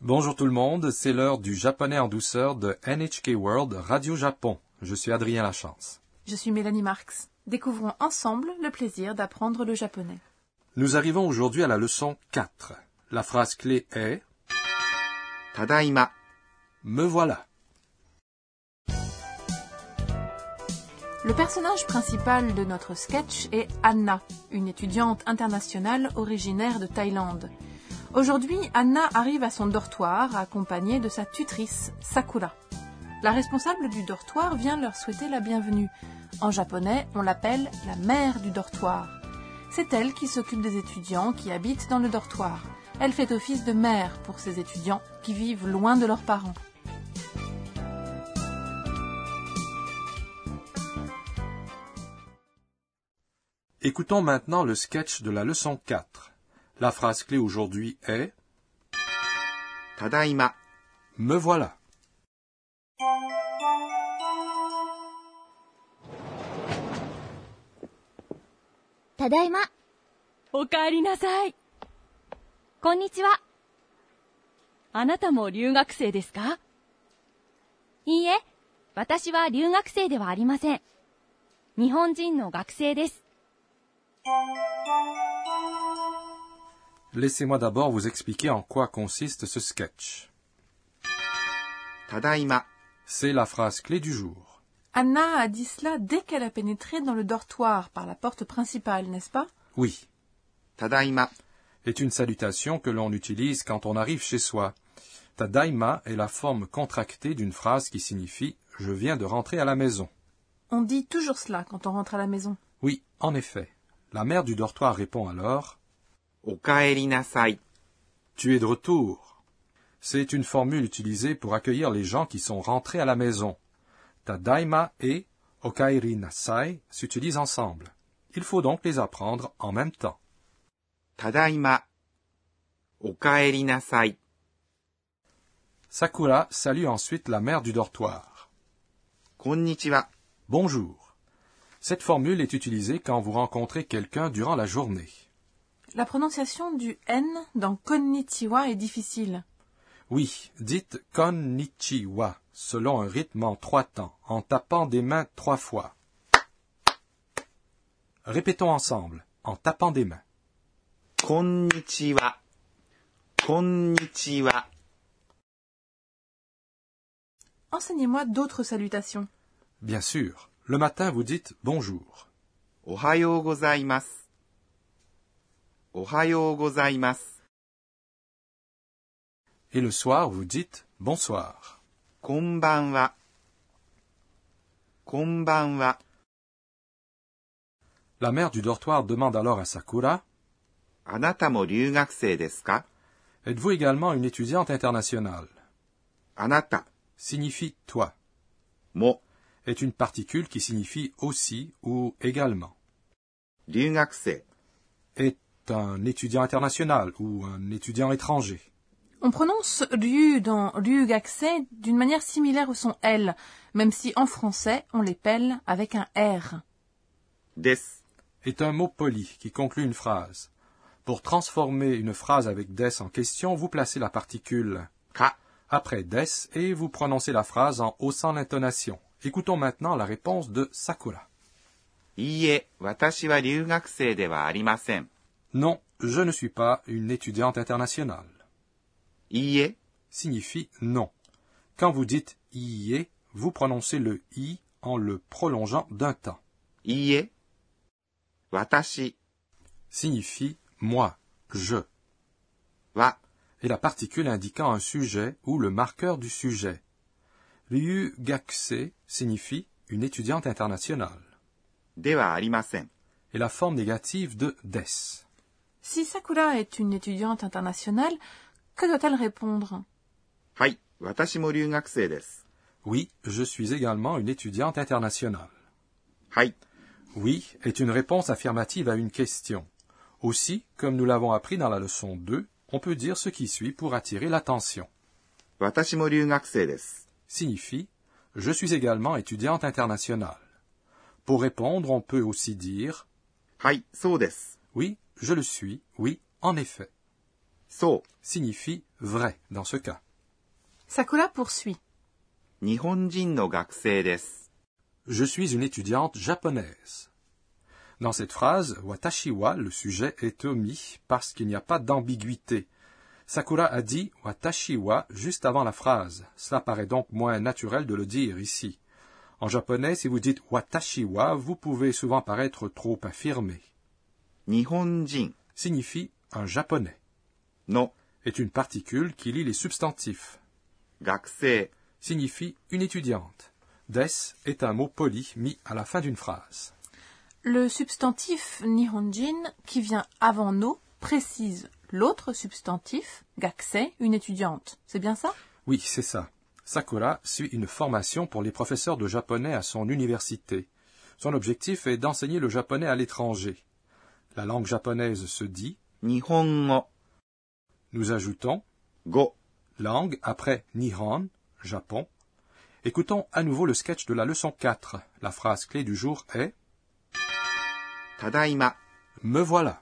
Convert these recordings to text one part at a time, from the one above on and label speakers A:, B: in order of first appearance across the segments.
A: Bonjour tout le monde, c'est l'heure du japonais en douceur de NHK World Radio Japon. Je suis Adrien Lachance.
B: Je suis Mélanie Marx. Découvrons ensemble le plaisir d'apprendre le japonais.
A: Nous arrivons aujourd'hui à la leçon 4. La phrase clé est
C: ただいま、
A: Me voilà.
B: Le personnage principal de notre sketch est Anna, une étudiante internationale originaire de Thaïlande. Aujourd'hui, Anna arrive à son dortoir accompagnée de sa tutrice, Sakura. La responsable du dortoir vient leur souhaiter la bienvenue. En japonais, on l'appelle la mère du dortoir. C'est elle qui s'occupe des étudiants qui habitent dans le dortoir. Elle fait office de mère pour ces étudiants qui vivent loin de leurs parents.
A: Écoutons maintenant le sketch de la leçon 4. La phrase clé aujourd'hui est
C: ただいま、
A: Me voilà.
D: ただいま。
E: おかえりなさい。
D: こんにちは。
E: あなたも留学生ですか
D: いいえ、私は留学生ではありません。日本人の学生です。
A: Laissez-moi d'abord vous expliquer en quoi consiste ce sketch.
C: ただいま、
A: C'est la phrase clé du jour.
B: Anna a dit cela dès qu'elle a pénétré dans le dortoir par la porte principale, n'est-ce pas
A: Oui,
C: ただいま、
A: est une salutation que l'on utilise quand on arrive chez soi. Tadaima est la forme contractée d'une phrase qui signifie je viens de rentrer à la maison.
B: On dit toujours cela quand on rentre à la maison.
A: Oui, en effet. La mère du dortoir répond alors
C: おかえりなさい、
A: Tu es de retour. C'est une formule utilisée pour accueillir les gens qui sont rentrés à la maison. Tadaima et Okaeri Nasai s'utilisent ensemble. Il faut donc les apprendre en même temps.
C: ただいま、おかえりなさい、
A: Sakura salue ensuite la mère du dortoir.
C: こんにちは、
A: Bonjour. Cette formule est utilisée quand vous rencontrez quelqu'un durant la journée.
B: La prononciation du N dans konnichiwa est difficile.
A: Oui, dites konnichiwa selon un rythme en trois temps, en tapant des mains trois fois. Répétons ensemble, en tapant des mains.
C: こんにちは、こんにちは、
B: Enseignez-moi d'autres salutations.
A: Bien sûr, le matin vous dites bonjour.
C: おはようございます。おはようございます。
A: Et le soir vous dites bonsoir.
C: こんばんは。こんばんは、
A: La mère du dortoir demande alors à Sakura,
C: あなたも留学生ですか
A: Êtes-vous également une étudiante internationale?
C: あなた
A: Signifie toi.
C: も
A: Est une particule qui signifie aussi ou également.
C: 留学生、
A: est un étudiant international ou un étudiant étranger.
B: On prononce ryu dans ryugakse d'une manière similaire au son L, même si en français on les pèle avec un R.
C: です。
A: est un mot poli qui conclut une phrase. Pour transformer une phrase avec des en question, vous placez la particule
C: か、
A: après des et vous prononcez la phrase en haussant l'intonation. Écoutons maintenant la réponse de Sakura.
C: いいえ、私は留学生ではありません。
A: Non, je ne suis pas une étudiante internationale.
C: いいえ、
A: Signifie non. Quand vous dites ié, vous prononcez le i en le prolongeant d'un temps.
C: いいえ。私
A: Signifie moi, je.
C: は
A: et la particule indiquant un sujet ou le marqueur du sujet. Ryu Gakse signifie une étudiante internationale
C: ではありません。
A: et la forme négative de des.
B: Si Sakura est une étudiante internationale, que doit-elle répondre
C: はい、私も留学生です。
A: Oui, je suis également une étudiante internationale.
C: はい、
A: Oui est une réponse affirmative à une question. Aussi, comme nous l'avons appris dans la leçon 2, on peut dire ce qui suit pour attirer l'attention.
C: 私も留学生です。
A: Signifie je suis également étudiante internationale. Pour répondre, on peut aussi dire
C: はい、そうです。
A: Oui, je le suis, oui, en effet.
C: そう、
A: Signifie vrai dans ce cas.
B: Sakura poursuit.
C: 日本人の学生です。
A: Je suis une étudiante japonaise. Dans cette phrase, watashi wa, le sujet est omis parce qu'il n'y a pas d'ambiguïté. Sakura a dit watashi wa juste avant la phrase. Cela paraît donc moins naturel de le dire ici. En japonais, si vous dites watashi wa, vous pouvez souvent paraître trop affirmé.
C: 日本人
A: Signifie un japonais.
C: の
A: Est une particule qui lie les substantifs.
C: 学生
A: Signifie une étudiante. Des est un mot poli mis à la fin d'une phrase.
B: Le substantif nihonjin, qui vient avant no, précise l'autre substantif, gakse, une étudiante. C'est bien ça
A: Oui, c'est ça. Sakura suit une formation pour les professeurs de japonais à son université. Son objectif est d'enseigner le japonais à l'étranger. La langue japonaise se dit,
C: 日本語
A: nous ajoutons
C: 語
A: langue après Nihon, Japon. Écoutons à nouveau le sketch de la leçon 4. La phrase clé du jour est
C: ただいま
A: me voilà.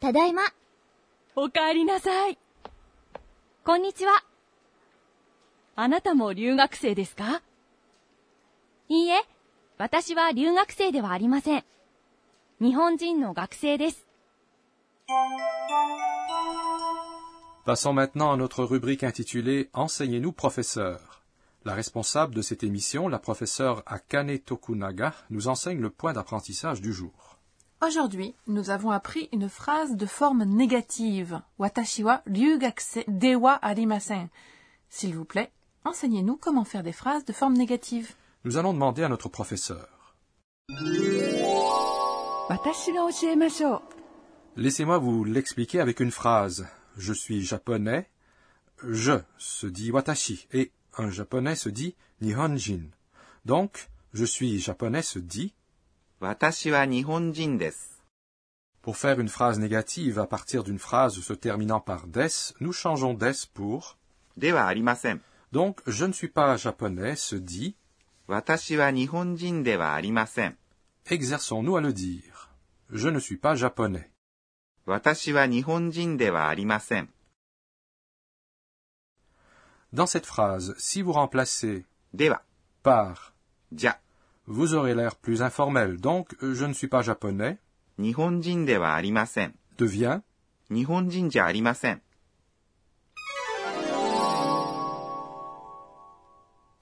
D: ただいま。
E: お帰りなさい。
D: こんにちは。
E: あなたも留学生ですか
D: いいえ、私は留学生ではありません。日本人の学生です。
A: Passons maintenant à notre rubrique intitulée Enseignez-nous, professeur. La responsable de cette émission, la professeure Akane Tokunaga, nous enseigne le point d'apprentissage du jour.
B: Aujourd'hui, nous avons appris une phrase de forme négative. Watashi wa ryugakse dewa arimasen. S'il vous plaît, enseignez-nous comment faire des phrases de forme négative.
A: Nous allons demander à notre professeur.
E: 私が教えましょう。
A: Laissez-moi vous l'expliquer avec une phrase. Je suis japonais. Je se dit watashi et un japonais se dit nihonjin. Donc, je suis japonais se dit
C: 私は日本人です。
A: Pour faire une phrase négative à partir d'une phrase se terminant par des, nous changeons des pour
C: ではありません。
A: donc je ne suis pas japonais se dit
C: 私は日本人ではありません。
A: exerçons-nous à le dire. Je ne suis pas japonais.
C: 私は日本人ではありません。
A: Dans cette phrase, si vous remplacez
C: では、
A: par
C: じゃ、
A: vous aurez l'air plus informel, donc je ne suis pas japonais,
C: 日本人ではありません。
A: devient
C: 日本人じゃありません。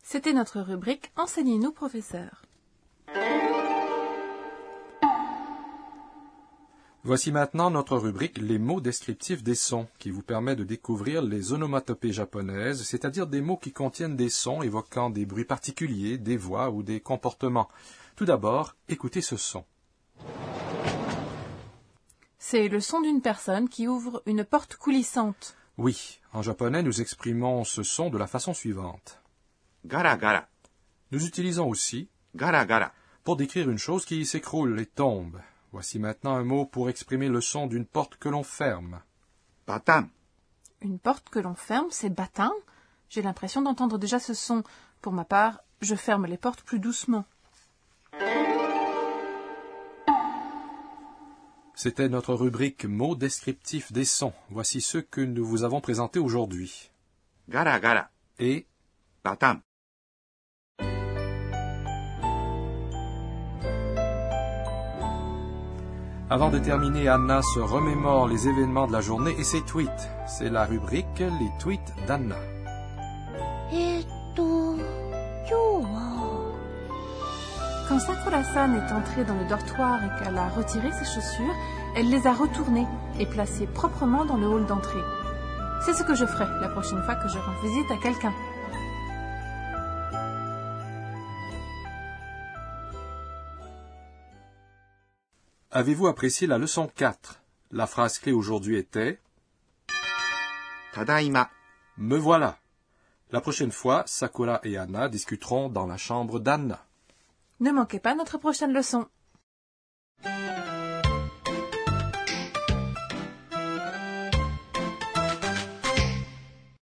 B: C'était notre rubrique Enseignez-nous, professeur.
A: Voici maintenant notre rubrique Les mots descriptifs des sons, qui vous permet de découvrir les onomatopées japonaises, c'est-à-dire des mots qui contiennent des sons évoquant des bruits particuliers, des voix ou des comportements. Tout d'abord, écoutez ce son.
B: C'est le son d'une personne qui ouvre une porte coulissante.
A: Oui, en japonais, nous exprimons ce son de la façon suivante.
C: ガラガラ、
A: Nous utilisons aussi
C: ガラガラ、
A: pour décrire une chose qui s'écroule et tombe. Voici maintenant un mot pour exprimer le son d'une porte que l'on ferme.
C: バタン、
B: Une porte que l'on ferme, c'est batin. J'ai l'impression d'entendre déjà ce son. Pour ma part, je ferme les portes plus doucement.
A: C'était notre rubrique mots descriptifs des sons. Voici ceux que nous vous avons présentés aujourd'hui.
C: ガラガラ、
A: et
C: バタン。
A: avant de terminer, Anna se remémore les événements de la journée et ses tweets. C'est la rubrique Les tweets d'Anna.
D: えー、っと、今日は、
B: Quand Sakura-san est entrée dans le dortoir et qu'elle a retiré ses chaussures, elle les a retournées et placées proprement dans le hall d'entrée. C'est ce que je ferai la prochaine fois que je rends visite à quelqu'un.
A: Avez-vous apprécié la leçon 4 La phrase clé aujourd'hui était
C: ただいま、
A: Me voilà. La prochaine fois, Sakura et Anna discuteront dans la chambre d'Anna.
B: Ne manquez pas notre prochaine leçon.